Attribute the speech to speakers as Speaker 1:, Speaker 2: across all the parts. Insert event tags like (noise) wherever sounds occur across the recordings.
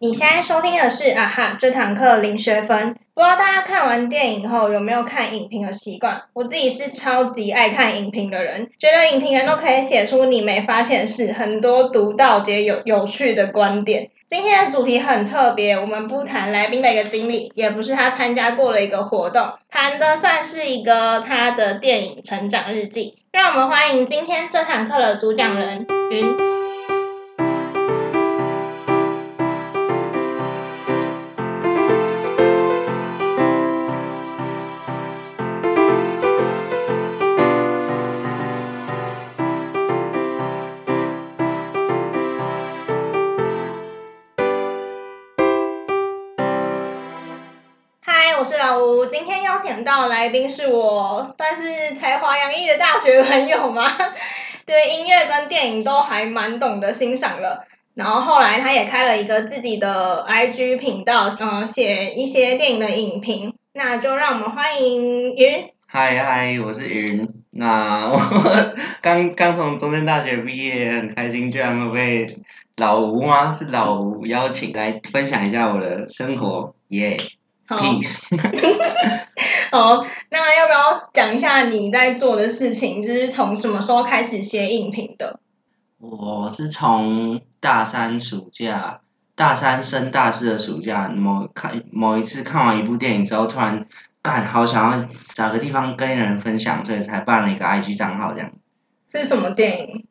Speaker 1: 你现在收听的是《啊哈》这堂课零学分。不知道大家看完电影后有没有看影评的习惯？我自己是超级爱看影评的人，觉得影评人都可以写出你没发现的事，很多独到且有有趣的观点。今天的主题很特别，我们不谈来宾的一个经历，也不是他参加过的一个活动，谈的算是一个他的电影成长日记。让我们欢迎今天这堂课的主讲人云。嗨，我是老吴。今天邀请到的来宾是我算是才华洋溢的大学朋友嘛， (laughs) 对音乐跟电影都还蛮懂得欣赏了。然后后来他也开了一个自己的 IG 频道，呃，写一些电影的影评。那就让我们欢迎云。
Speaker 2: 嗨嗨，我是云。那我 (laughs) 刚刚从中正大学毕业，很开心，居然会被老吴吗？是老吴邀请来分享一下我的生活，耶、
Speaker 1: 好，
Speaker 2: peace。 (laughs)
Speaker 1: 好，那要不要讲一下你在做的事情？就是从什么时候开始写影评的？
Speaker 2: 我是从大三暑假，大三升大四的暑假，某看某一次看完一部电影之后，突然干好想要找个地方跟人分享，所以才办了一个 IG 账号这样。
Speaker 1: 是什么电影？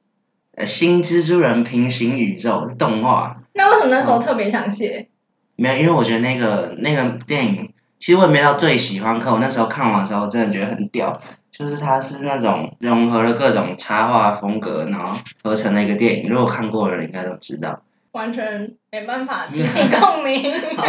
Speaker 2: 呃，新蜘蛛人平行宇宙是动画，
Speaker 1: 那为什么那时候特别想写？
Speaker 2: 没有，因为我觉得那个那个电影，其实我也没到最喜欢，可我那时候看完的时候真的觉得很屌，就是它是那种融合了各种插画风格，然后合成的一个电影。如果看过的人应该都知道，
Speaker 1: 完全没办法提起共鸣。
Speaker 2: 好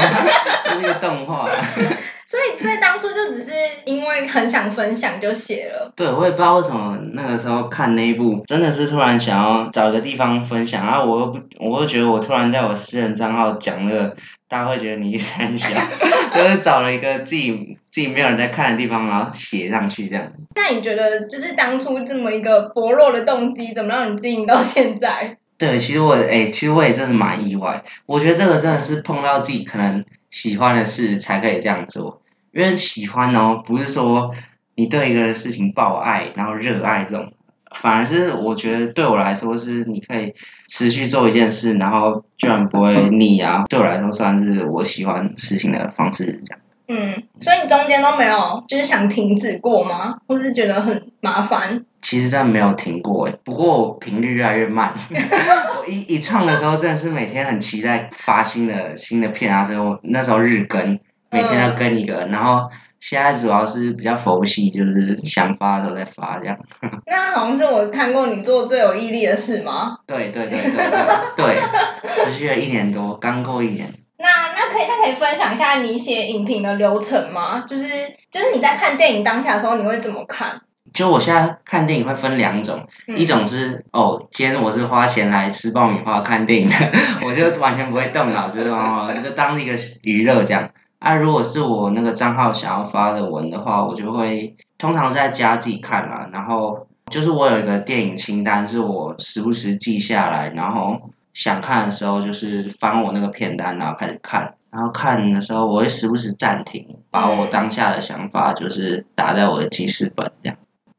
Speaker 2: 它是一个动画。 (laughs)
Speaker 1: 所以，所以当初就只是因为很想分享就写了。
Speaker 2: 对，我也不知道为什么那个时候看那一部，真的是突然想要找个地方分享，然后我又不，我又觉得我突然在我私人账号讲这个，大家会觉得你三小， (laughs) 就是找了一个自己自己没有人在看的地方，然后写上去这样。
Speaker 1: 那你觉得，就是当初这么一个薄弱的动机，怎么让你经营到现在？
Speaker 2: 对，其实我哎、其实我也真是蛮意外。我觉得这个真的是碰到自己可能喜欢的事才可以这样做，因为喜欢哦，不是说你对一个事情抱爱，然后热爱这种，反而是我觉得对我来说是你可以持续做一件事，然后居然不会腻啊。对我来说算是我喜欢事情的方式，这样。
Speaker 1: 嗯，所以你中间都没有就是想停止过吗？或是觉得很麻烦？
Speaker 2: 其实真的没有停过哎，不过我频率越来越慢。我一一创的时候真的是每天很期待发新的新的片啊，所以我那时候日更，每天要更一个。然后现在主要是比较佛系，就是想发的时候再发这样。
Speaker 1: 那好像是我看过你做最有毅力的事吗？
Speaker 2: 对对对对对对，持续了一年多，刚过一年。
Speaker 1: 那那可以，那可以分享一下你写影评的流程吗？就是就是你在看电影当下的时候，你会怎么看？
Speaker 2: 就我现在看电影会分两种，
Speaker 1: 嗯
Speaker 2: 一种是哦，今天我是花钱来吃爆米花看电影的， (laughs) 我就完全不会动脑，就是哦，就当一个娱乐这样。啊，如果是我那个账号想要发的文的话，我就会通常是在家自己看啦、然后就是我有一个电影清单，是我时不时记下来，然后想看的时候就是翻我那个片单，然后开始看。然后看的时候，我会时不时暂停，把我当下的想法就是打在我的记事本这样。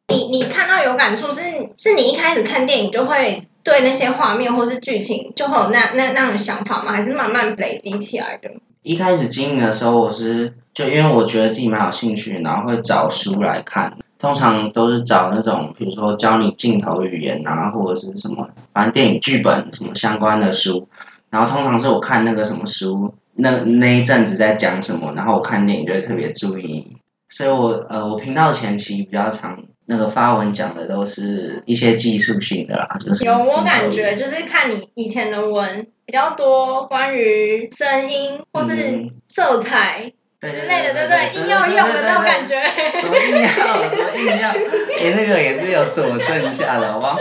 Speaker 1: 你你看到有感触是是你一开始看电影就会对那些画面或是剧情就会有那那那种想法吗？还是慢慢累积起来的？
Speaker 2: 一开始经营的时候，我是就因为我觉得自己蛮有兴趣，然后会找书来看。通常都是找那种，比如说教你镜头语言啊，或者是什么，反正电影剧本什么相关的书。然后通常是我看那个什么书，那那一阵子在讲什么，然后我看电影就会特别注意。所以我呃，我频道前期比较常那个发文讲的都是一些技术性的啦，就是
Speaker 1: 有
Speaker 2: 镜头
Speaker 1: 我感
Speaker 2: 语言
Speaker 1: 觉就是看你以前的文比较多关于声音或是
Speaker 2: 嗯
Speaker 1: 色彩
Speaker 2: 对
Speaker 1: 之
Speaker 2: 对
Speaker 1: 类的，对不对？应
Speaker 2: 应
Speaker 1: 用用的那种感觉。
Speaker 2: 什么硬要，什么硬要？哎、那个也是有佐证一下的，好不好？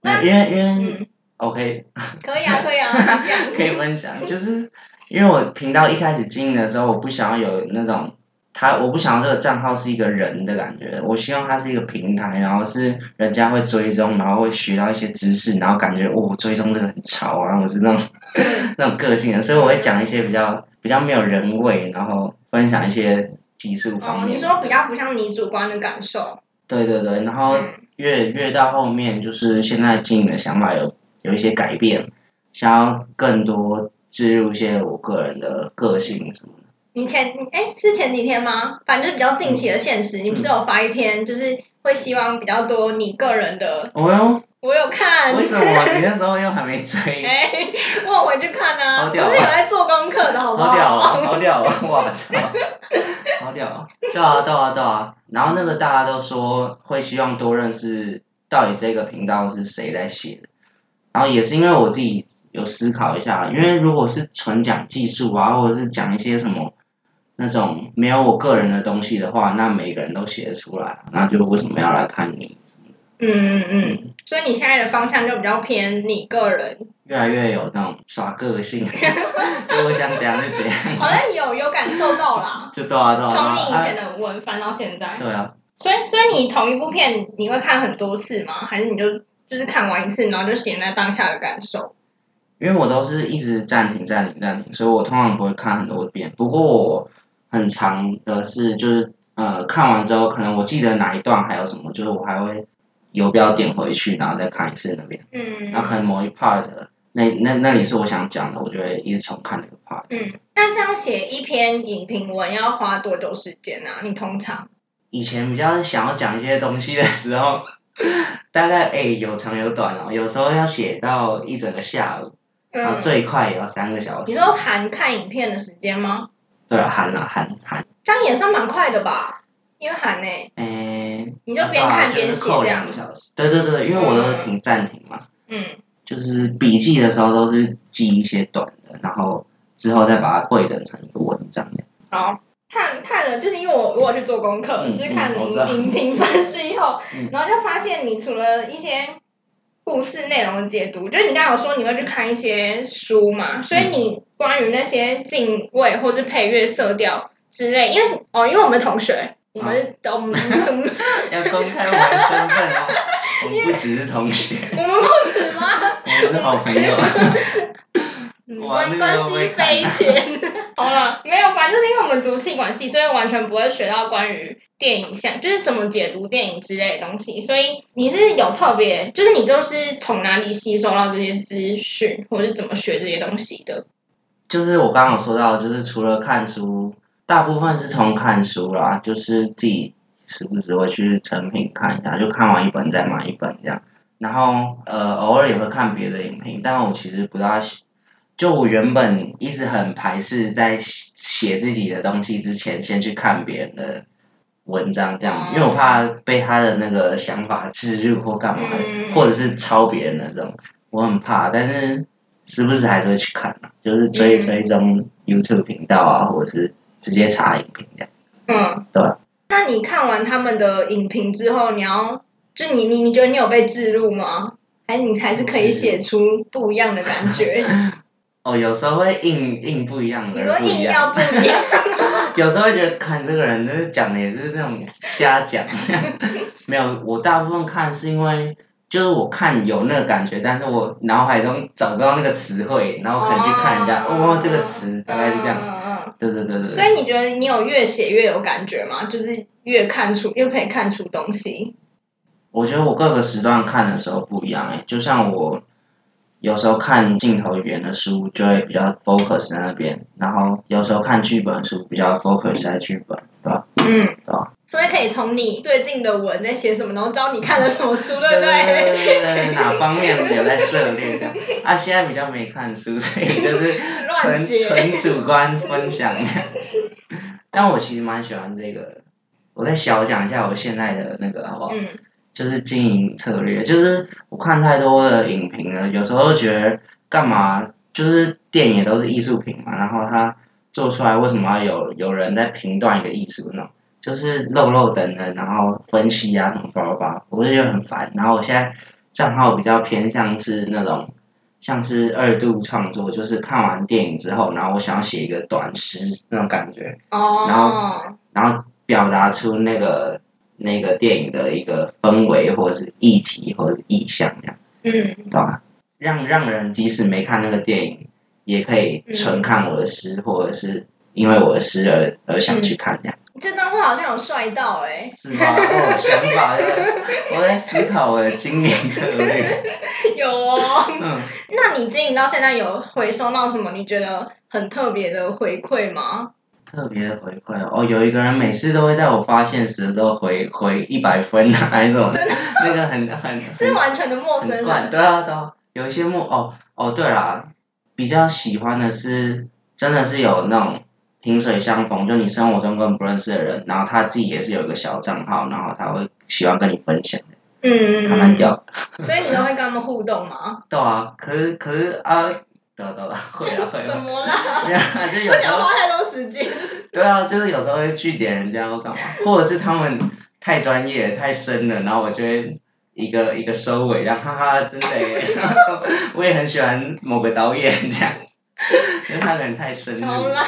Speaker 2: 那因为因为、
Speaker 1: 嗯，
Speaker 2: OK
Speaker 1: 可以啊，可以啊，这样
Speaker 2: 可以分享，就是因为我频道一开始经营的时候，我不想要有那种他我不想要这个账号是一个人的感觉，我希望它是一个平台，然后是人家会追踪，然后会学到一些知识，然后感觉哦，我追踪这个很潮啊，我是那种
Speaker 1: (laughs)
Speaker 2: 那种个性的，所以我会讲一些比较比较没有人味，然后分享一些技术
Speaker 1: 哦
Speaker 2: 方，面。
Speaker 1: 你说比较不像你主观的感受，
Speaker 2: 对对对，然后
Speaker 1: 嗯
Speaker 2: 越越到后面，就是现在经营的想法有有一些改变，想要更多植入一些我个人的个性什么的。
Speaker 1: 你前哎是前几天吗？反正就比较近
Speaker 2: 嗯
Speaker 1: 期的现实，你不是有发一篇，就是会希望比较多你个人的，
Speaker 2: 哦哟，
Speaker 1: 我有看
Speaker 2: 为，什
Speaker 1: (laughs)
Speaker 2: 么你那时候又还没追？
Speaker 1: 啊
Speaker 2: (laughs)
Speaker 1: 哎，我有回去看啊，
Speaker 2: 好
Speaker 1: 我
Speaker 2: 屌啊
Speaker 1: 是有在做功课的好不
Speaker 2: 好屌
Speaker 1: 好？
Speaker 2: 啊！好屌啊！ (laughs) 我操！好屌啊！对啊，对啊，对啊。然后那个大家都说会希望多认识到底这个频道是谁在写的，然后也是因为我自己有思考一下，因为如果是纯讲技术啊，或者是讲一些什么那种没有我个人的东西的话，那每个人都写得出来，啊那就为什么要来看你？
Speaker 1: 嗯嗯嗯，所以你现在的方向就比较偏你个人，
Speaker 2: 越来越有那种耍个性， (laughs) 就我想怎样就怎样，
Speaker 1: 好像有有感受到
Speaker 2: (laughs)
Speaker 1: 啦，
Speaker 2: 就对啊，对啊，对
Speaker 1: 从
Speaker 2: 啊
Speaker 1: 你以前的文翻到现在
Speaker 2: 啊，对啊。
Speaker 1: 所以所以你同一部片你会看很多次吗？还是你就就是看完一次，然后就写那当下的感受？
Speaker 2: 因为我都是一直暂停、暂停、暂停，所以我通常不会看很多遍。不过我很长的是，就是呃，看完之后，可能我记得哪一段还有什么，就是我还会游标点回去，然后再看一次那边。
Speaker 1: 嗯，
Speaker 2: 然后可能某一 part，那那那里是我想讲的，我就会一直重看那个 part。
Speaker 1: 嗯，那这样写一篇影评文要花多久时间啊？你通常
Speaker 2: 以前比较想要讲一些东西的时候，大概哎、有长有短哦，有时候要写到一整个下午，然后
Speaker 1: 嗯，
Speaker 2: 最快也要三个小时。
Speaker 1: 你说含看影片的时间吗？
Speaker 2: 对啊，含了含含，
Speaker 1: 这样也算蛮快的吧？因为含呢、
Speaker 2: 哎、
Speaker 1: 你就
Speaker 2: 啊
Speaker 1: 边看边写这
Speaker 2: 两
Speaker 1: 样
Speaker 2: 个。小时。对对对，因为我都是停暂停嘛，
Speaker 1: 嗯
Speaker 2: 就是笔记的时候都是记一些短的，然后之后再把它汇整成一个文章。
Speaker 1: 好，看看了，就是因为我我有去做功课，
Speaker 2: 嗯
Speaker 1: 就是看
Speaker 2: 嗯
Speaker 1: 你
Speaker 2: 我知道
Speaker 1: 影评分析后，
Speaker 2: 嗯
Speaker 1: 然后就发现你除了一些故事内容的解读，就是你刚刚有说你会去看一些书嘛，所以你关于那些敬畏或是配乐色调之类，因为哦，因为我们的同学，我
Speaker 2: 啊
Speaker 1: 们是、我们我们
Speaker 2: 要公开我的身份 (laughs) 哦，我们不只是同学，
Speaker 1: 我们不止吗？
Speaker 2: 我们是好朋友。
Speaker 1: 嗯
Speaker 2: 哇
Speaker 1: 关
Speaker 2: 那个
Speaker 1: 关
Speaker 2: 要
Speaker 1: 系
Speaker 2: 被砍
Speaker 1: 匪浅。
Speaker 2: (laughs)
Speaker 1: 好了，没有，反正就是因为我们读气管系，所以完全不会学到关于电影像，就是怎么解读电影之类的东西。所以你是有特别，就是你都是从哪里吸收到这些资讯，或是怎么学这些东西的？
Speaker 2: 就是我刚刚有说到，就是除了看书，大部分是从看书啦，就是自己时不时会去成品看一下，就看完一本再买一本这样。然后呃，偶尔也会看别的影评，但我其实不大喜，就我原本一直很排斥在写写自己的东西之前，先去看别人的文章这样，因为我怕被他的那个想法植入或干嘛的，
Speaker 1: 嗯
Speaker 2: 或者是抄别人的这种，我很怕，但是时不时还是会去看啊、就是追
Speaker 1: 嗯
Speaker 2: 追踪 YouTube 频道啊，或者是直接查影评这样。
Speaker 1: 嗯，
Speaker 2: 对。
Speaker 1: 那你看完他们的影评之后，你要就你你你觉得你有被置入吗？还是你还是可以写出不一样的感
Speaker 2: (laughs)
Speaker 1: 觉？
Speaker 2: 哦，有时候会硬硬不一样
Speaker 1: 你
Speaker 2: 的，
Speaker 1: 说
Speaker 2: 不一
Speaker 1: 硬要
Speaker 2: 样。
Speaker 1: 不一样？
Speaker 2: 有时候会觉得看这个人，就是讲的也是那种
Speaker 1: (laughs)
Speaker 2: 瞎讲。没有，我大部分看是因为就是我看有那个感觉，但是我脑海中找不到那个词汇，然后可能去看人家，哦，这个词大概是这样。
Speaker 1: 嗯嗯嗯嗯
Speaker 2: 对对对对
Speaker 1: 所
Speaker 2: 对。
Speaker 1: 以你觉得你有越写越有感觉吗？就是越看出，越可以看出东西。
Speaker 2: 我觉得我各个时段看的时候不一样哎、就像我有时候看镜头语言的书就会比较 focus 在那边，然后有时候看剧本书比较 focus 在剧本，对吧？
Speaker 1: 嗯
Speaker 2: 啊。
Speaker 1: 所以可以从你最近的文在写什么，然后知道你看了什么书，对不对？
Speaker 2: 对对对，哪方面有在涉猎的？啊，现在比较没看书，所以就是
Speaker 1: (laughs) 乱
Speaker 2: 纯
Speaker 1: 写
Speaker 2: 纯主观分享。但我其实蛮喜欢这个，我再小讲一下我现在的那个好不好？
Speaker 1: 嗯
Speaker 2: 就是经营策略，就是我看太多的影评了，有时候觉得干嘛，就是电影也都是艺术品嘛，然后它做出来为什么要有有人在评断一个艺术呢？就是肉肉等等，然后分析啊什么巴拉巴拉，我就觉得很烦。然后我现在账号比较偏向是那种像是二度创作，就是看完电影之后，然后我想要写一个短诗那种感觉，然
Speaker 1: 哦，
Speaker 2: 然后表达出那个那个电影的一个氛围，或者是议题，或者是意象这样，
Speaker 1: 嗯，
Speaker 2: 对吧？让让人即使没看那个电影，也可以纯看我的诗，或者是因为我的诗而而想去看这样。
Speaker 1: 这段话好像有帅到哎、
Speaker 2: 是吗？我想法这个，我在思考我的经营策略。
Speaker 1: (laughs) 有哦。
Speaker 2: 嗯，
Speaker 1: 那你经营到现在有回收到什么你觉得很特别的回馈吗？
Speaker 2: 特别的回馈哦，有一个人每次都会在我发现时都回回一百分啊，还是什么的，那个很很
Speaker 1: 是完全的陌生
Speaker 2: 很怪，
Speaker 1: 人，
Speaker 2: 对啊对啊，有一些木哦哦对啦，比较喜欢的是真的是有那种萍水相逢，就你生活中根本不认识的人，然后他自己也是有一个小账号，然后他会喜欢跟你分享，
Speaker 1: 嗯，
Speaker 2: 还蛮 (laughs) 屌的。
Speaker 1: 所以你都会跟他们互动吗？
Speaker 2: 对啊，可是可是啊，对啊对啊，会啊会
Speaker 1: 怎
Speaker 2: 啊，
Speaker 1: 么 (laughs) 啦？
Speaker 2: (laughs) 没有啊，就是有
Speaker 1: 不
Speaker 2: 时
Speaker 1: 想
Speaker 2: 候
Speaker 1: 花太多时间。
Speaker 2: 对啊，就是有时候会据点人家或干嘛，或者是他们太专业太深了，然后我就会一个一个收尾，然后哈哈，真的耶， (laughs) 然后我也很喜欢某个导演这样，因为他可能太深
Speaker 1: 超
Speaker 2: 入。
Speaker 1: 烂。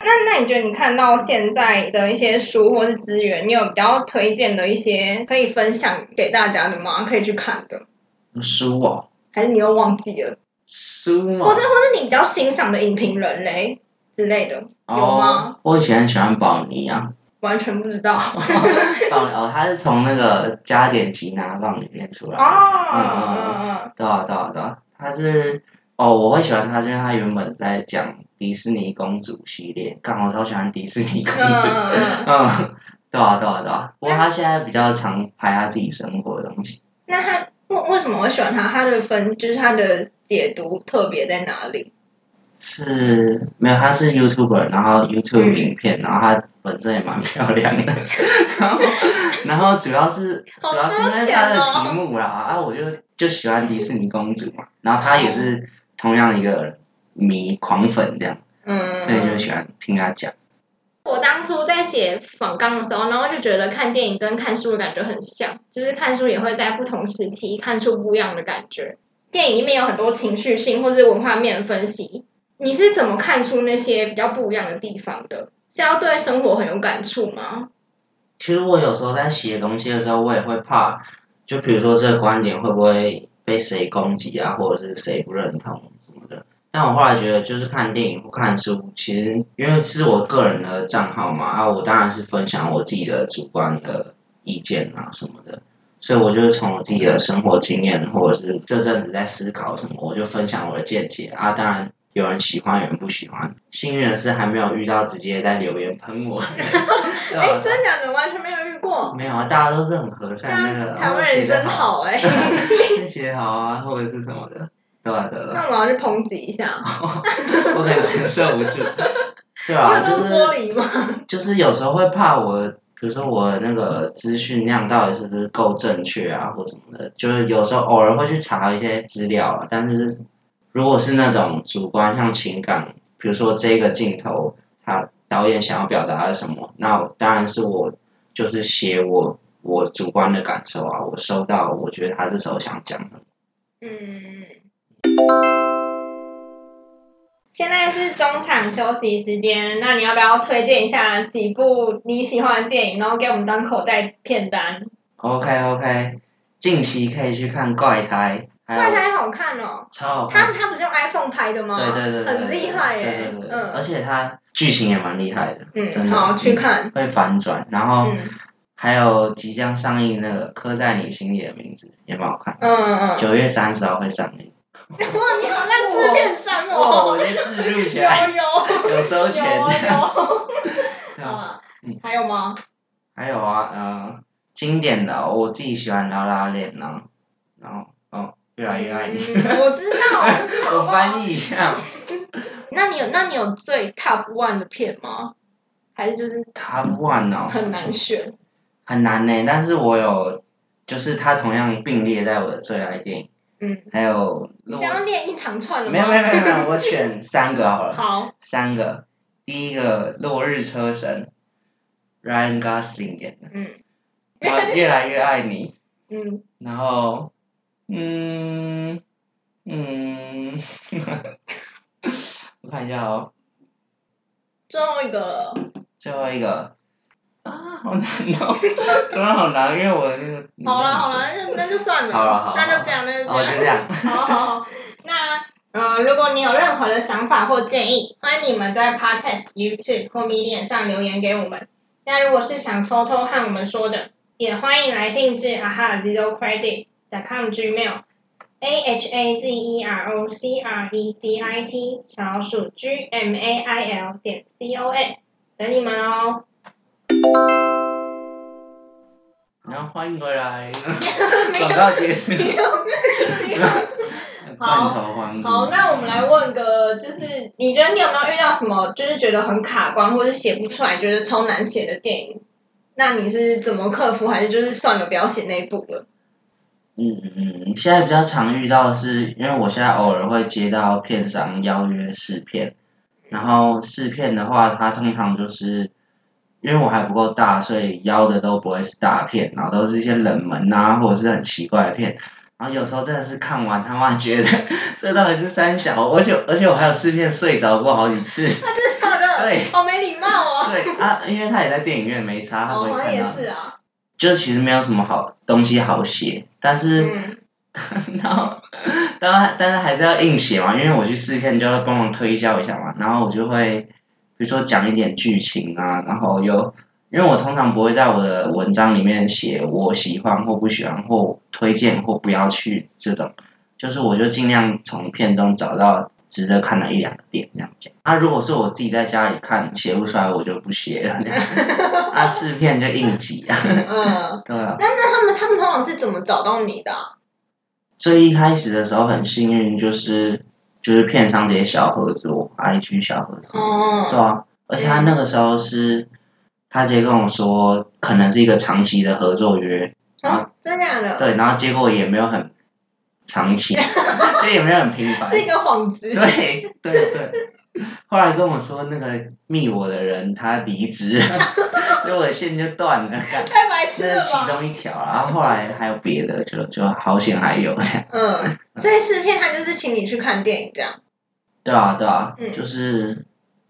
Speaker 1: 那那你觉得你看到现在的一些书或是资源，你有比较推荐的一些可以分享给大家的吗？可以去看的，
Speaker 2: 书哦，
Speaker 1: 还是你又忘记了，
Speaker 2: 书嘛
Speaker 1: 或是，或是你比较欣赏的影评人嘞之类的，有吗
Speaker 2: 哦，我以前很喜欢宝妮啊，
Speaker 1: 完全不知道。
Speaker 2: 宝哦，他是从那个《加点吉拿棒》里面出
Speaker 1: 哦，
Speaker 2: 来的。嗯
Speaker 1: 嗯嗯，
Speaker 2: 对啊，对啊，对啊，他是哦，我会喜欢他，是因为他原本在讲迪士尼公主系列，刚好超喜欢迪士尼公
Speaker 1: 嗯
Speaker 2: 主，
Speaker 1: 嗯嗯。
Speaker 2: (laughs) 嗯，对啊，对啊，对啊。不过他现在比较常拍他自己生活的东西，
Speaker 1: 那他为为什么我喜欢他？他的分就是他的解读特别在哪里？
Speaker 2: 是没有，他是 YouTuber，然后 YouTube
Speaker 1: 嗯
Speaker 2: 影片，然后他本身也蛮漂亮的， (laughs) 然后然后主要是
Speaker 1: 好
Speaker 2: 主要是
Speaker 1: 肤
Speaker 2: 因为他
Speaker 1: 浅
Speaker 2: 的
Speaker 1: 哦嗯
Speaker 2: 题目啦，啊，我就就喜欢迪士尼公主嘛，然后他也是同样一个迷狂粉这样。
Speaker 1: 嗯，
Speaker 2: 所以就喜欢听他讲。
Speaker 1: 我当初在写访纲的时候，然后就觉得看电影跟看书的感觉很像，就是看书也会在不同时期看出不一样的感觉。电影里面有很多情绪性或是文化面分析，你是怎么看出那些比较不一样的地方的？是要对生活很有感触吗？
Speaker 2: 其实我有时候在写东西的时候，我也会怕，就比如说这个观点会不会被谁攻击啊，或者是谁不认同什么的。但我后来觉得，就是看电影或看书，其实因为是我个人的账号嘛，啊，我当然是分享我自己的主观的意见啊什么的，所以我就是从我自己的生活经验，或者是这阵子在思考什么，我就分享我的见解啊。当然有人喜欢，有人不喜欢。幸运的是还没有遇到直接在留言喷我的人，对
Speaker 1: 哎、
Speaker 2: 啊
Speaker 1: 真假的完全没有遇
Speaker 2: (laughs)
Speaker 1: 过，
Speaker 2: 没有啊，大家都是很和善那个。
Speaker 1: 啊台
Speaker 2: 哦
Speaker 1: 湾人真，好
Speaker 2: (laughs)
Speaker 1: 哎、
Speaker 2: 写得写得好啊，或者是什么的，对吧、对吧、
Speaker 1: 那我要去抨击一下， (laughs)
Speaker 2: 我可能承受不住。 (laughs) 对啊，
Speaker 1: 这都
Speaker 2: 就是是
Speaker 1: 玻璃吗？
Speaker 2: (laughs) 就是有时候会怕我，比如说我那个资讯量到底是不是够正确啊，或什么的，就是有时候偶尔会去查一些资料啊。但是如果是那种主观，像情感，比如说这个镜头，他导演想要表达的什么，那我当然是我就是写我我主观的感受啊，我收到，我觉得他这时候想讲什么。
Speaker 1: 嗯，现在是中场休息时间，那你要不要推荐一下几部你喜欢的电影，然后给我们当口袋片单？
Speaker 2: OK OK，近期可以去看《怪胎》，还
Speaker 1: 怪
Speaker 2: 有
Speaker 1: 胎好看哦，
Speaker 2: 超好看
Speaker 1: 它。它不是用 iPhone 拍的吗？
Speaker 2: 对对对
Speaker 1: 啊
Speaker 2: 对，
Speaker 1: 很厉害
Speaker 2: 对
Speaker 1: 耶
Speaker 2: 对对，对而
Speaker 1: 嗯
Speaker 2: 且它剧情也蛮厉害的，真
Speaker 1: 嗯，
Speaker 2: 的
Speaker 1: 好去看，
Speaker 2: 会反转，然后
Speaker 1: 嗯
Speaker 2: 还有即将上映那个《刻在你心里的名字》也蛮好看，
Speaker 1: 嗯嗯，嗯
Speaker 2: 九月三十号会上映。
Speaker 1: 哇，你好像制片商
Speaker 2: 哇，
Speaker 1: (laughs)
Speaker 2: 我
Speaker 1: 哦，
Speaker 2: 被置入起
Speaker 1: 有
Speaker 2: 来，
Speaker 1: 有
Speaker 2: (laughs) 有收
Speaker 1: 有
Speaker 2: 钱。
Speaker 1: 有，
Speaker 2: (laughs)
Speaker 1: 好了
Speaker 2: 嗯，
Speaker 1: 还有吗？
Speaker 2: 还有啊，呃，经典的哦我自己喜欢拉拉链啊，然后哦，越来越爱你，
Speaker 1: 嗯我知道，我知道
Speaker 2: (laughs) 我翻译
Speaker 1: (laughs)
Speaker 2: 一下
Speaker 1: 那你有那你有最 top one 的片吗？还是就是
Speaker 2: ，Top One 哦，
Speaker 1: 很难选？
Speaker 2: 很难呢、但是我有，就是它同样并列在我的最爱电影，
Speaker 1: 嗯，
Speaker 2: 还有
Speaker 1: 你想要练一长串了吗？
Speaker 2: 没有没有没有没有，我
Speaker 1: (laughs)
Speaker 2: 选三个好了，
Speaker 1: 好，
Speaker 2: 三个，第一个《落日车神》，Ryan Gosling 演的，
Speaker 1: 嗯 (laughs)
Speaker 2: 我越来越爱你，
Speaker 1: 嗯，
Speaker 2: 然后，嗯嗯，我看一下哦，
Speaker 1: 最后一个了，
Speaker 2: 最后一个啊，好难哦， (laughs) 突然好难，因为我那个
Speaker 1: 好啦好啦，那那就算了，
Speaker 2: 好啦好啦
Speaker 1: 那就这样，那就
Speaker 2: 哦，就
Speaker 1: 这
Speaker 2: 这
Speaker 1: 样。
Speaker 2: 样，
Speaker 1: 好好好，那呃，如果你有任何的想法或建议，欢迎你们在 Podcast、YouTube 或 Medium 上留言给我们。那如果是想偷偷和我们说的，也欢迎来信至 a h a z e r o credit com gmail a h a z e r o c r e d i t 小老鼠 g m a i l 点 c o m 等你们哦。 (laughs)
Speaker 2: 然后欢迎
Speaker 1: (laughs)
Speaker 2: 回来，广告结束，罐头欢呼，
Speaker 1: 好，那我们来问个，就是你觉得你有没有遇到什么，就是觉得很卡关或者写不出来，觉得超难写的电影？那你是怎么克服，还是就是算了，不要写那一部
Speaker 2: (laughs)
Speaker 1: 了？
Speaker 2: 嗯嗯，嗯，现在比较常遇到的是，因为我现在偶尔会接到片商邀约试片，然后试片的话，它通常就是因为我还不够大，所以邀的都不会是大片，然后都是一些冷门啊，或者是很奇怪的片。然后有时候真的是看完他妈觉得 (laughs) 这到底是三小，而且而且我还有试片睡着过好几次。
Speaker 1: 好的，
Speaker 2: 对
Speaker 1: 好没礼貌哦。
Speaker 2: 对啊，因为他也在电影院没差，他不
Speaker 1: 哦，
Speaker 2: 会
Speaker 1: 好像
Speaker 2: 看
Speaker 1: 也
Speaker 2: 到。
Speaker 1: 是啊。
Speaker 2: 就是其实没有什么好东西好写，但是。
Speaker 1: 嗯，
Speaker 2: (laughs) 然后，当然，但是还是要硬写嘛，因为我去试片就要帮忙推销一下嘛，然后我就会，比如说讲一点剧情啊，然后又，因为我通常不会在我的文章里面写我喜欢或不喜欢或推荐或不要去这种，就是我就尽量从片中找到值得看的一两个点这样讲。那、如果是我自己在家里看写不出来，我就不写了， (laughs) 那、试片就硬挤啊， (laughs)
Speaker 1: 嗯，
Speaker 2: 对啊。
Speaker 1: 那那他们他们通常是怎么找到你的啊、
Speaker 2: 最一开始的时候很幸运，就是就是片商这些小盒子我，IG 小盒子，对
Speaker 1: 哦，
Speaker 2: 啊，而且他那个时候是，他直接跟我说可能是一个长期的合作约，
Speaker 1: 哦，真假的？
Speaker 2: 啊对，然后结果也没有很长
Speaker 1: (laughs)
Speaker 2: 期，就也没有很频繁，
Speaker 1: 是一个幌子。
Speaker 2: 啊对对对。后来跟我说那个密我的人他离职
Speaker 1: (laughs)
Speaker 2: 了，所以我的线就断了，干
Speaker 1: (laughs) 太白痴
Speaker 2: 这
Speaker 1: 了
Speaker 2: 是其
Speaker 1: 吧？
Speaker 2: 中一条啊，然后后来还有别的，就就好险还有。
Speaker 1: 嗯，所以试片他就是请你去看电影这样。
Speaker 2: 对啊，对啊，
Speaker 1: 嗯
Speaker 2: 就是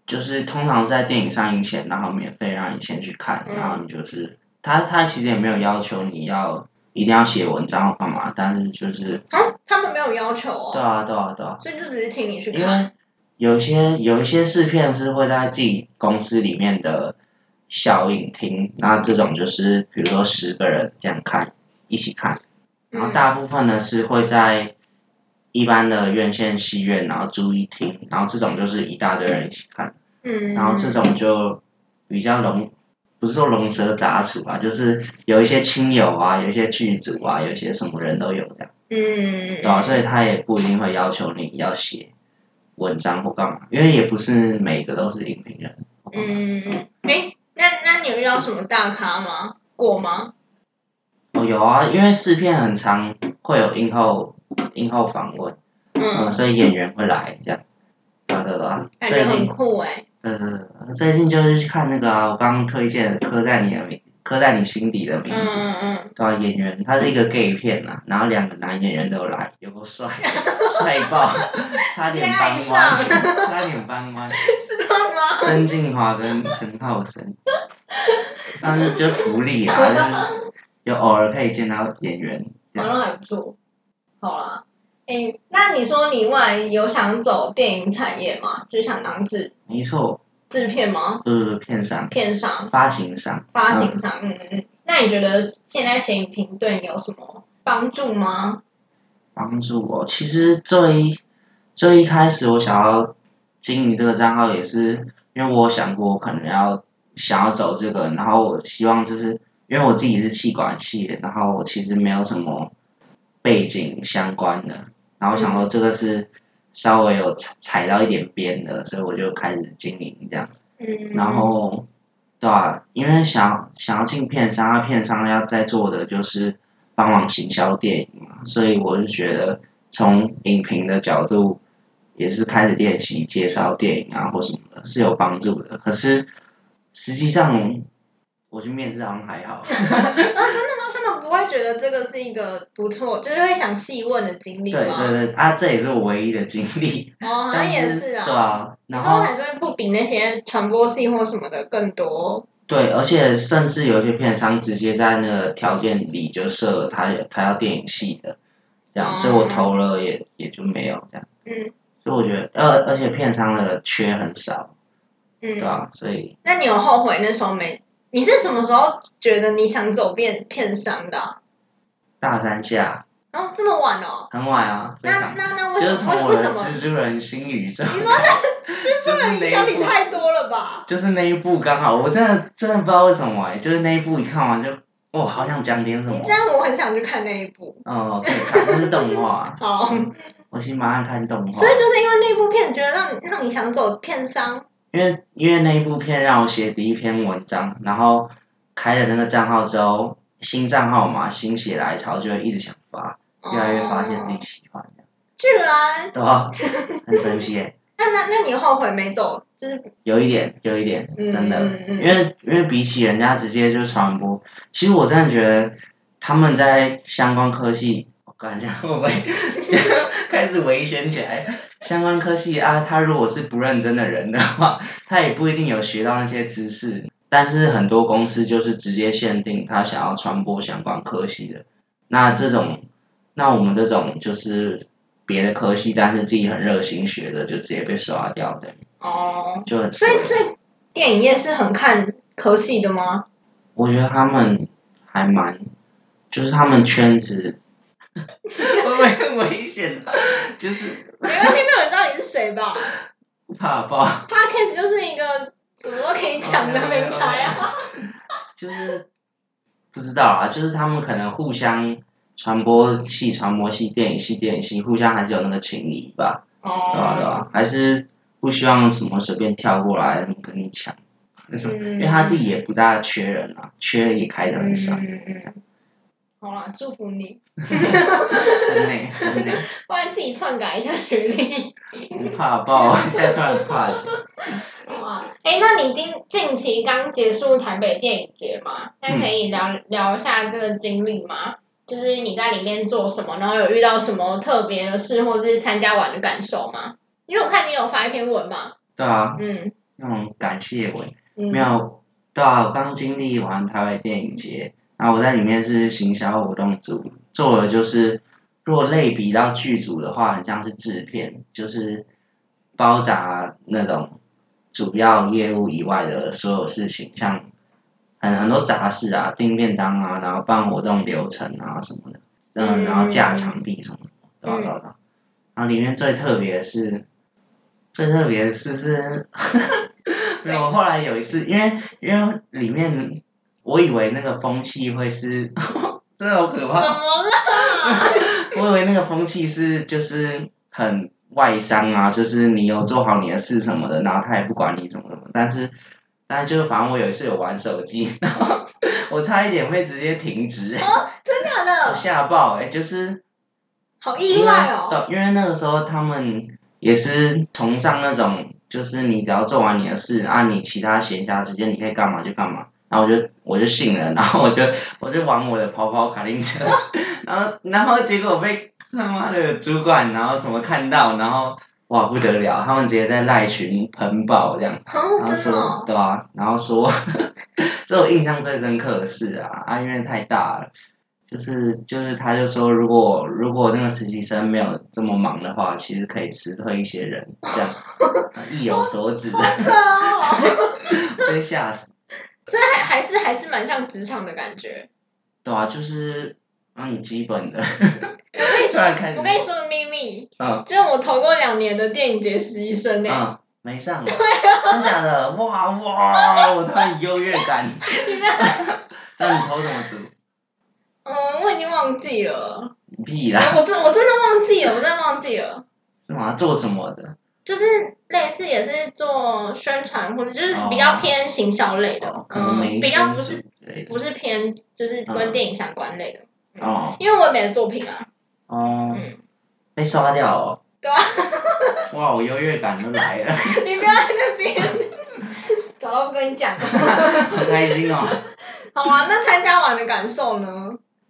Speaker 2: 就是通常是在电影上映前，然后免费让你先去看，
Speaker 1: 嗯
Speaker 2: 然后你就是他他其实也没有要求你要一定要写文章或干嘛，但是就是
Speaker 1: 啊，他们没有要求哦。
Speaker 2: 对啊，对啊，对啊，
Speaker 1: 所以就只是请你去
Speaker 2: 因
Speaker 1: 看。嗯
Speaker 2: 为有一些有一些试片是会在自己公司里面的小影厅，那这种就是比如说十个人这样看一起看，然
Speaker 1: 嗯
Speaker 2: 后大部分呢是会在一般的院线戏院，然后租一厅，然后这种就是一大堆人一起看，
Speaker 1: 嗯，
Speaker 2: 然后这种就比较龙，不是说龙蛇杂处吧，就是有一些亲友啊，有一些剧组啊，有一些什么人都有这样，
Speaker 1: 嗯，
Speaker 2: 对啊，所以他也不一定会要求你要写文章或干嘛，因为也不是每个都是影评人。
Speaker 1: 嗯，哎，那那你有遇到什么大咖吗？过吗？嗯
Speaker 2: 哦，有啊，因为试片很常会有映后映后访问，嗯，
Speaker 1: 嗯，
Speaker 2: 所以演员会来这样，对啊对啊对啊，
Speaker 1: 感觉
Speaker 2: 最近
Speaker 1: 很酷哎。
Speaker 2: 呃，最近就是去看那个啊、我刚刚推荐的《刻在你的名，刻在你心底的名
Speaker 1: 嗯
Speaker 2: 字》
Speaker 1: 嗯 (laughs)
Speaker 2: 对啊，演员他是一个 gay 片呐、然后两个男演员都有来，有个帅，帅爆，差点
Speaker 1: 直
Speaker 2: 搬
Speaker 1: 接爱
Speaker 2: 弯，差点搬弯，
Speaker 1: 嗯，是他吗？
Speaker 2: 曾静华跟陈浩生，但是就福利啊，
Speaker 1: (laughs)
Speaker 2: 就是有偶尔可以见到演员，这
Speaker 1: 好
Speaker 2: 样
Speaker 1: 像还不错。好啦，哎，那你说你未来有想走电影产业吗？就是想当制
Speaker 2: 没错，
Speaker 1: 制片吗？
Speaker 2: 就是片商、
Speaker 1: 片商、
Speaker 2: 发行商，
Speaker 1: 发行商？嗯嗯嗯。那你觉得现在写影评对你有什么帮助吗？
Speaker 2: 帮助我。其实最最一开始我想要经营这个账号，也是因为我想过我可能要想要走这个，然后我希望就是因为我自己是气管系的，然后我其实没有什么背景相关的，然后想说这个是稍微有踩踩到一点边的，所以我就开始经营这样。
Speaker 1: 嗯，
Speaker 2: 然后，对啊，因为想想要进片商，那片商要在做的就是帮忙行销电影嘛，所以我就觉得从影评的角度，也是开始练习介绍电影啊或什么的，是有帮助的。可是实际上，我去面试好像还好，
Speaker 1: (laughs) 啊，真的吗？他们们不会觉得这个是一个不错，就是会想细问的经历
Speaker 2: 对
Speaker 1: 吗？
Speaker 2: 对对，啊，这也是我唯一的经历，
Speaker 1: 哦，好像
Speaker 2: 但
Speaker 1: 也
Speaker 2: 是
Speaker 1: 是
Speaker 2: 对
Speaker 1: 啊。
Speaker 2: 啊，然
Speaker 1: 所以我
Speaker 2: 后
Speaker 1: 还是会不比那些传播系或什么的更多。
Speaker 2: 对，而且甚至有一些片商直接在那个条件里就设了他有他要电影系的，这样，所以我投了也也就没有这样，
Speaker 1: 嗯
Speaker 2: 所以我觉得，呃而而且片商的缺很少，对
Speaker 1: 嗯，
Speaker 2: 啊，所以
Speaker 1: 那你有后悔那时候没？你是什么时候觉得你想走遍片商的啊、
Speaker 2: 大三下
Speaker 1: 哦，这么晚哦？
Speaker 2: 很晚啊，非
Speaker 1: 那
Speaker 2: 常。
Speaker 1: 那那为
Speaker 2: 就是
Speaker 1: 什
Speaker 2: 从
Speaker 1: 么？
Speaker 2: 我
Speaker 1: 为
Speaker 2: 的
Speaker 1: 什么？
Speaker 2: 蜘蛛人新宇宙，
Speaker 1: 你说
Speaker 2: (laughs)
Speaker 1: 的
Speaker 2: 蜘
Speaker 1: 这人影响你太多了吧？
Speaker 2: 就是那一部刚好，我真的真的不知道为什么哎、就是那一部一看完就，哇，好想讲点什么
Speaker 1: 你。这样我很想去看那一部。
Speaker 2: 哦，可以看，那是动画，啊
Speaker 1: 好，
Speaker 2: 我其实蛮爱看动画
Speaker 1: 所以，就是因为那部片，觉得让让你想走片商。
Speaker 2: 因为因为那一部片让我写第一篇文章，然后开了那个账号之后，新账号嘛，心血来潮就会一直想发，越来越发现自
Speaker 1: 哦
Speaker 2: 己喜欢，
Speaker 1: 居然，
Speaker 2: 对吧？很神奇哎、
Speaker 1: 那那那你后悔没走？就是
Speaker 2: 有一点，有一点，
Speaker 1: 嗯
Speaker 2: 真的，
Speaker 1: 嗯嗯
Speaker 2: 因为因为比起人家直接就传播，其实我真的觉得他们在相关科系，我感觉会 (laughs) 不会开始危险起来？相关科系啊，他如果是不认真的人的话， (laughs) 他也不一定有学到那些知识。但是很多公司就是直接限定他想要传播相关科系的，那这种，那我们这种就是别的科系，但是自己很热心学的，就直接被刷掉的，
Speaker 1: 哦，
Speaker 2: 就很
Speaker 1: 所
Speaker 2: 衰
Speaker 1: 以所以电影业是很看科系的吗？
Speaker 2: 我觉得他们还蛮，就是他们圈子 (laughs) 会不会很危险？啊就是
Speaker 1: 没关系，没有人知道你是谁吧
Speaker 2: 怕爆，
Speaker 1: ？Podcast 就是一个什么都可以讲的平台啊。
Speaker 2: 就是不知道啊，就是他们可能互相传播系、传播系、电影系、电影系，互相还是有那个情谊吧，对吧、对吧、啊
Speaker 1: 哦，
Speaker 2: 还是不希望什么随便跳过来跟你抢，那
Speaker 1: 嗯
Speaker 2: 什么因为他自己也不大缺人啊，缺也开的很少，
Speaker 1: 嗯嗯嗯。好啦，祝福你，
Speaker 2: 真的真的
Speaker 1: 不然自己篡改一下学历。
Speaker 2: 怕爆，现在突然怕起来。
Speaker 1: 哇，哎，那你今近期刚结束台北电影节嘛？那可以聊、聊一下这个经历吗？就是你在里面做什么，然后有遇到什么特别的事，或是参加完的感受吗？因为我看你有发一篇文嘛，
Speaker 2: 对啊，
Speaker 1: 嗯
Speaker 2: 那种感谢文。
Speaker 1: 嗯，
Speaker 2: 没有，对啊，我刚经历完台北电影节，然后我在里面是行销活动组，做的就是，如果类比到剧组的话，很像是制片，就是包扎那种主要业务以外的所有事情，像很很多杂事啊，订便当啊，然后办活动流程啊什么的，嗯，然后架场地什么的，对啊对啊对啊然后里面最特别的是，最特别的是是， (laughs)
Speaker 1: 对
Speaker 2: 我后来有一次，因为因为里面我以为那个风气会是， (laughs) 真的好可
Speaker 1: 怎么
Speaker 2: 怕，(laughs)
Speaker 1: 啦？
Speaker 2: 我以为那个风气是就是很外商啊，就是你有做好你的事什么的，然后他也不管你怎么怎么，但是但是就反正我有一次有玩手机，然后 (laughs) 我差一点被直接停职，
Speaker 1: 真的假
Speaker 2: 我
Speaker 1: 的？
Speaker 2: 吓爆哎、就是
Speaker 1: 好
Speaker 2: 因
Speaker 1: 意
Speaker 2: 为
Speaker 1: 外哦！
Speaker 2: 对，因为那个时候他们也是崇尚那种，就是你只要做完你的事，啊，你其他闲暇时间你可以干嘛就干嘛。然后我就我就信了，然后我就 (laughs) 我就玩我的跑跑卡丁车， (laughs) 然后然后结果被他妈的主管然后什么看到，然后哇不得了，他们直接在赖群喷爆这样。
Speaker 1: 哦，
Speaker 2: 然后
Speaker 1: 真的、
Speaker 2: 说
Speaker 1: 哦，
Speaker 2: 对啊，然后说， (laughs) 这我印象最深刻的是啊，啊因为太大了，就是就是他就说，如果如果那个实习生没有这么忙的话，其实可以辞退一些人，
Speaker 1: (laughs)
Speaker 2: 这样啊意有所指，
Speaker 1: 好扯哦！
Speaker 2: 被吓死。
Speaker 1: 所以还还是还是蛮像职场的感觉。
Speaker 2: 对啊，就是嗯基本的，
Speaker 1: 我跟你
Speaker 2: (laughs) 突
Speaker 1: 说，
Speaker 2: 然开始
Speaker 1: 我，跟你说个秘密，
Speaker 2: 嗯
Speaker 1: 就是我投过两年的电影节实习生欸呢、
Speaker 2: 嗯。没上，对啊，真假的，哇哇，我突然有优越感。
Speaker 1: (laughs) 你没有？
Speaker 2: (laughs) 那你投什么组？
Speaker 1: 嗯，我已经忘记了，
Speaker 2: 屁啦，
Speaker 1: 我真我真的忘记了，我真的忘记了，
Speaker 2: 是吗？做什么的？
Speaker 1: 就是类似也是做宣传或者就是比
Speaker 2: 哦
Speaker 1: 较偏行销类的，
Speaker 2: 哦可能
Speaker 1: 嗯，
Speaker 2: 没嗯
Speaker 1: 比较不是
Speaker 2: 之类的。
Speaker 1: 不是偏就是跟电影相关类的，
Speaker 2: 哦
Speaker 1: 因为我也没作品啊，
Speaker 2: 哦，
Speaker 1: 嗯。
Speaker 2: 被刷掉哦。
Speaker 1: 对啊。
Speaker 2: 哇，我优越感都来了，
Speaker 1: (laughs) 你不要在那边， (laughs) 早到不跟你讲了。
Speaker 2: 好开心哦。
Speaker 1: 好啊，那参加完的感受呢？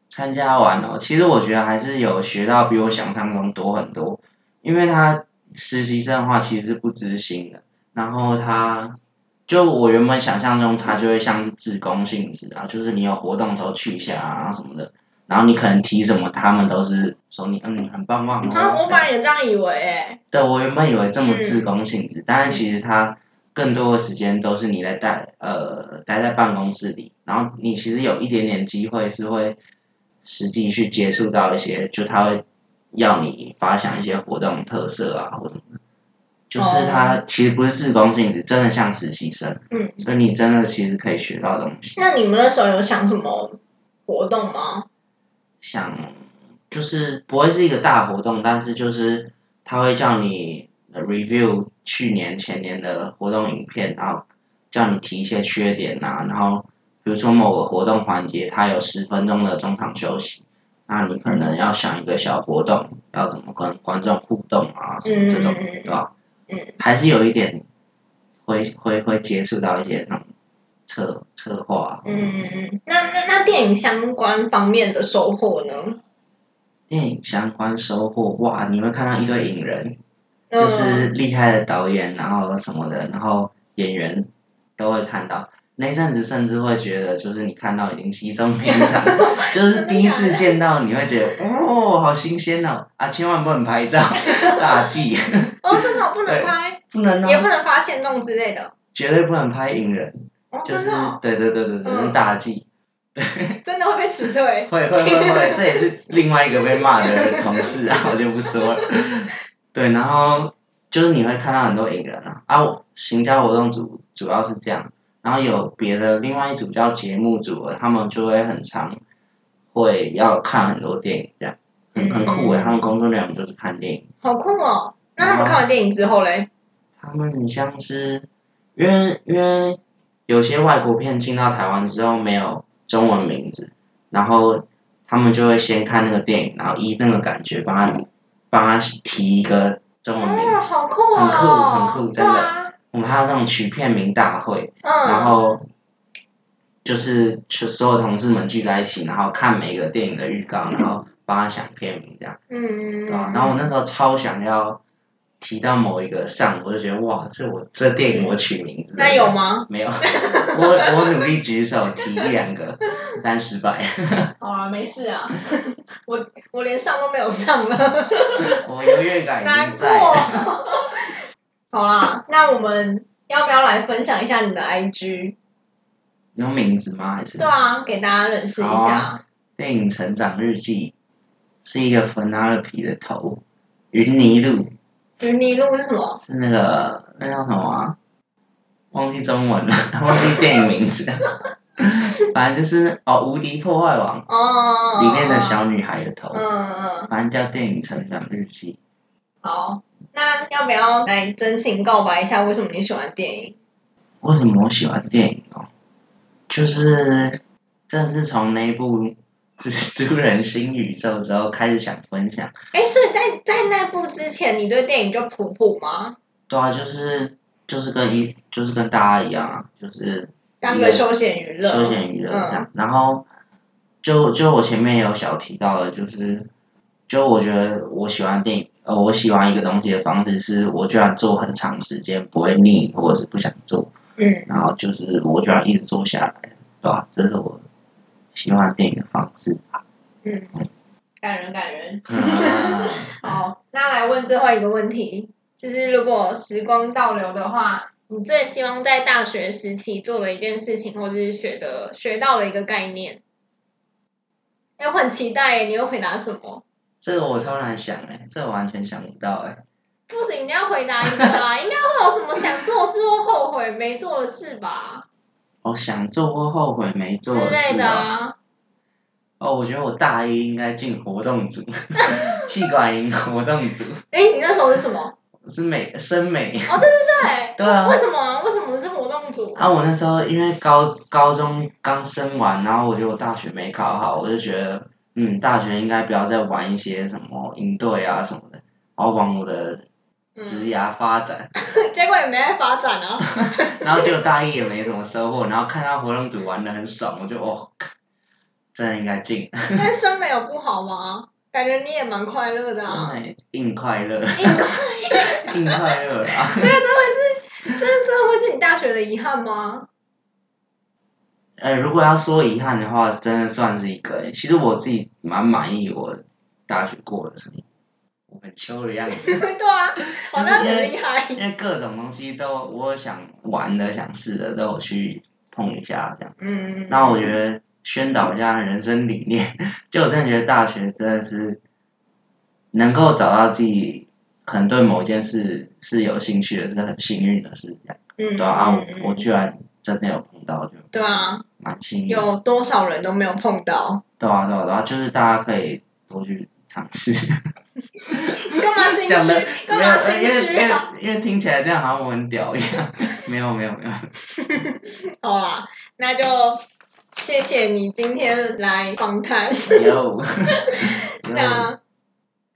Speaker 2: 参加完了、其实我觉得还是有学到比我想象中多很多，因为他实习生的话其实是不知心的，然后他就我原本想象中他就会像是志工性质啊，就是你有活动的时候去一下啊什么的，然后你可能提什么，他们都是说你嗯很棒棒哦。
Speaker 1: 啊，我本来也这样以为欸诶、
Speaker 2: 对，我原本以为这么自工性质，但是其实它更多的时间都是你在待呃待在办公室里，然后你其实有一点点机会是会实际去接触到一些，就他会要你发想一些活动特色啊或者什么的，就是它其实不是自工性质，真的像实习生，
Speaker 1: 嗯，
Speaker 2: 所以你真的其实可以学到东西。
Speaker 1: 那你们那时候有想什么活动吗？
Speaker 2: 像就是不会是一个大活动，但是就是他会叫你呃 review 去年前年的活动影片，然后叫你提一些缺点啊，然后比如说某个活动环节它有十分钟的中场休息，那你可能要想一个小活动，要怎么跟观众互动啊，什么这种
Speaker 1: 嗯嗯嗯
Speaker 2: 对吧？
Speaker 1: 嗯，
Speaker 2: 还是有一点会会会接触到一些那种策策划啊，
Speaker 1: 嗯，那那那电影相关方面的收获呢？
Speaker 2: 电影相关收获哇，你会看到一堆影人。
Speaker 1: 嗯
Speaker 2: 就是厉害的导演，然后什么的，然后演员都会看到。那一阵子甚至会觉得，就是你看到已经稀松平
Speaker 1: (laughs)
Speaker 2: 常，就是第一次见到，你会觉得哦，好新鲜哦啊！千万不能
Speaker 1: (laughs)
Speaker 2: 拍照，大忌，
Speaker 1: 嗯 (laughs) 哦，真的不能
Speaker 2: 对
Speaker 1: 拍，
Speaker 2: 不能
Speaker 1: 也不
Speaker 2: 哦，
Speaker 1: 能发现动之类的。
Speaker 2: 绝对不能拍影人，
Speaker 1: 哦，
Speaker 2: 就
Speaker 1: 真
Speaker 2: 是
Speaker 1: 的哦、
Speaker 2: 对对对对对，
Speaker 1: 嗯
Speaker 2: 是大忌，
Speaker 1: 真的会被辞退。
Speaker 2: 会会会会，这也是另外一个被骂的同事啊，我就不说了。对，然后就是你会看到很多影人啊，啊，我行销活动组主要是这样，然后有别的另外一组叫节目组的，他们就会很常会要看很多电影，这样很很酷诶、
Speaker 1: 嗯
Speaker 2: 他们工作内容就是看电影，
Speaker 1: 好酷哦！那他们
Speaker 2: 然后
Speaker 1: 看完电影之后嘞？
Speaker 2: 他们很像是因为因为有些外国片进到台湾之后没有中文名字，然后他们就会先看那个电影，然后依那个感觉帮他帮他提一个中文名。
Speaker 1: 哦，好酷哦！
Speaker 2: 嗯很酷很酷真的
Speaker 1: 对啊，
Speaker 2: 我们还有那种取片名大会，
Speaker 1: 嗯，
Speaker 2: 然后就是就所有同事们聚在一起，然后看每个电影的预告，然后帮他想片名这样，
Speaker 1: 嗯，
Speaker 2: 对吧、啊然后我那时候超想要提到某一个上，我就觉得哇，这我这电影我取名字。
Speaker 1: 那有？吗？(laughs)
Speaker 2: 没有，我我努力举手提一两个，但失败。
Speaker 1: (laughs) 好啊，没事 (laughs) 啊，我我连上都没有上了，
Speaker 2: 我优越感已
Speaker 1: 难过
Speaker 2: 经在 (laughs) 了。。
Speaker 1: 好啦，那我们要不要来分享一下你的 IG？
Speaker 2: 有名字吗？还是
Speaker 1: 对啊，给大家认识一
Speaker 2: 好
Speaker 1: 下
Speaker 2: 啊。电影《成长日记》是一个 Fnarpy 的头，云泥路
Speaker 1: 云泥路是什么？
Speaker 2: 是那个那叫什么啊？忘记中文了， (laughs) 忘记电影
Speaker 1: (laughs)
Speaker 2: 名字了。反正就是哦，《无敌破坏王
Speaker 1: 哦，》
Speaker 2: 里面的小女孩的头，
Speaker 1: 嗯嗯，
Speaker 2: 反正叫电影《成长日记》。
Speaker 1: 好，那要不要来真情告白一下，为什么你喜欢电影？
Speaker 2: 为什么我喜欢电影哦？就是真的是从那部《 (laughs) 蜘蛛人新宇宙》之后开始想分享。
Speaker 1: 哎，所以在在那部之前，你对电影就普普吗？
Speaker 2: 对啊，就是就是跟一就是跟大家一样啊，就是
Speaker 1: 当个休闲娱乐，
Speaker 2: 休闲娱乐这样。然后就就我前面也有小提到的，就是就我觉得我喜欢电影，呃，我喜欢一个东西的方式是我居然做很长时间不会腻，或者是不想做，
Speaker 1: 嗯，
Speaker 2: 然后就是我居然一直做下来，对吧、这是我喜欢电影的方式。
Speaker 1: 嗯，感人感
Speaker 2: (laughs)
Speaker 1: 人。
Speaker 2: 嗯
Speaker 1: 好，那来问最后一个问题，就是如果时光倒流的话，你最希望在大学时期做的一件事情，或者是学的学到了一个概念？哎，我很期待耶你会回答什么？
Speaker 2: 这个我超难想哎、这我完全想不到哎、
Speaker 1: 不行，你要回答一个啊！应该会有什么想做事或后悔没做的事
Speaker 2: (laughs)
Speaker 1: 吧
Speaker 2: 我哦想做或后悔没做
Speaker 1: 之
Speaker 2: 的
Speaker 1: 类
Speaker 2: 事
Speaker 1: 的
Speaker 2: 啊。
Speaker 1: 啊。
Speaker 2: 哦，我觉得我大一应该进活动组， (laughs) 气管营活动组
Speaker 1: 哎，你那时候是什么？
Speaker 2: 是美生美。
Speaker 1: 哦，对对
Speaker 2: 对啊
Speaker 1: 对，为，什么啊？为什么是活动组？
Speaker 2: 啊，我那时候因为高高中刚升完，然后我觉得我大学没考好，我就觉得，嗯，大学应该不要再玩一些什么营队啊什么的，然后往我的
Speaker 1: 嗯，
Speaker 2: 职涯发展。
Speaker 1: (laughs) 结果也没在发展
Speaker 2: (laughs)
Speaker 1: 啊。
Speaker 2: 然后结果大一也没什么收获，然后看到活动组玩的很爽，我就哦，真的应该进，
Speaker 1: 但生美有不好吗？感觉你也蛮快乐的啊。
Speaker 2: 真的硬快乐，
Speaker 1: (laughs) 硬快，
Speaker 2: (laughs) 硬快
Speaker 1: (laughs)
Speaker 2: 乐啊！
Speaker 1: 这个真会是，真的真的会是你大学的遗憾吗？ (laughs)
Speaker 2: 呃，如果要说遗憾的话，真的算是一个欸。其实我自己蛮满意我大学过的生活，我很秋的
Speaker 1: (laughs)
Speaker 2: 样子，
Speaker 1: 对啊，好像很厉害。
Speaker 2: 因为各种东西都我想玩的、想试的都有去碰一下这样。
Speaker 1: 嗯，
Speaker 2: 那我觉得宣导一下人生理念， (laughs) 就我真的觉得大学真的是能够找到自己可能对某一件事是有兴趣的，是很幸运的事，这样
Speaker 1: 嗯，
Speaker 2: 对啊啊，
Speaker 1: 嗯嗯
Speaker 2: 我我居然真的有碰到，就
Speaker 1: 对啊，
Speaker 2: 蛮幸运的。
Speaker 1: 有多少人都没有碰到？
Speaker 2: 对啊，对啊，然后就是大家可以多去尝试。
Speaker 1: 你干嘛心虚
Speaker 2: 讲的？
Speaker 1: (laughs) 干
Speaker 2: 没
Speaker 1: 嘛
Speaker 2: 有，呃
Speaker 1: 心
Speaker 2: 因为因
Speaker 1: 虚
Speaker 2: 为
Speaker 1: 啊？
Speaker 2: 因为听起来这样好像我很屌
Speaker 1: (laughs)
Speaker 2: 一样。没有没有没有，
Speaker 1: 好啦，那就谢谢你今天来访
Speaker 2: (laughs)
Speaker 1: 谈。
Speaker 2: 有有。
Speaker 1: 那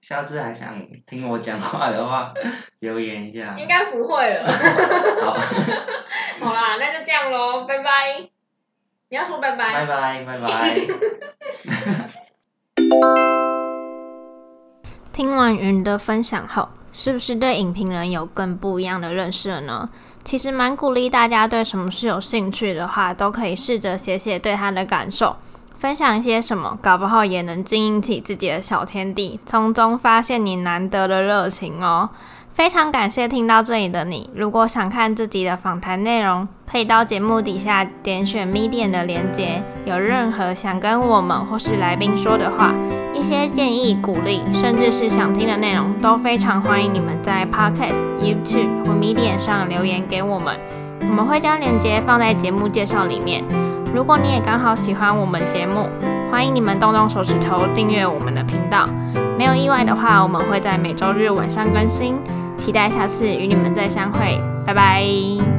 Speaker 2: 下次还想听我讲话的话，留言一下。
Speaker 1: 应该不会了。
Speaker 2: 好，
Speaker 1: 好啦，那就这样喽，拜拜。你要说拜拜。
Speaker 2: 拜拜拜拜。
Speaker 3: 听完云的分享后，是不是对影评人有更不一样的认识了呢？其实蛮鼓励大家对什么事有兴趣的话，都可以试着写写对他的感受，分享一些什么，搞不好也能经营起自己的小天地，从中发现你难得的热情哦。非常感谢听到这里的你，如果想看自己的访谈内容，可以到节目底下点选 Medium 的连接。有任何想跟我们或是来宾说的话，一些建议、鼓励，甚至是想听的内容，都非常欢迎你们在 Podcast、YouTube 或 Medium 上留言给我们，我们会将链接放在节目介绍里面。如果你也刚好喜欢我们节目，欢迎你们动动手指头订阅我们的频道。没有意外的话，我们会在每周日晚上更新，期待下次与你们再相会，拜拜。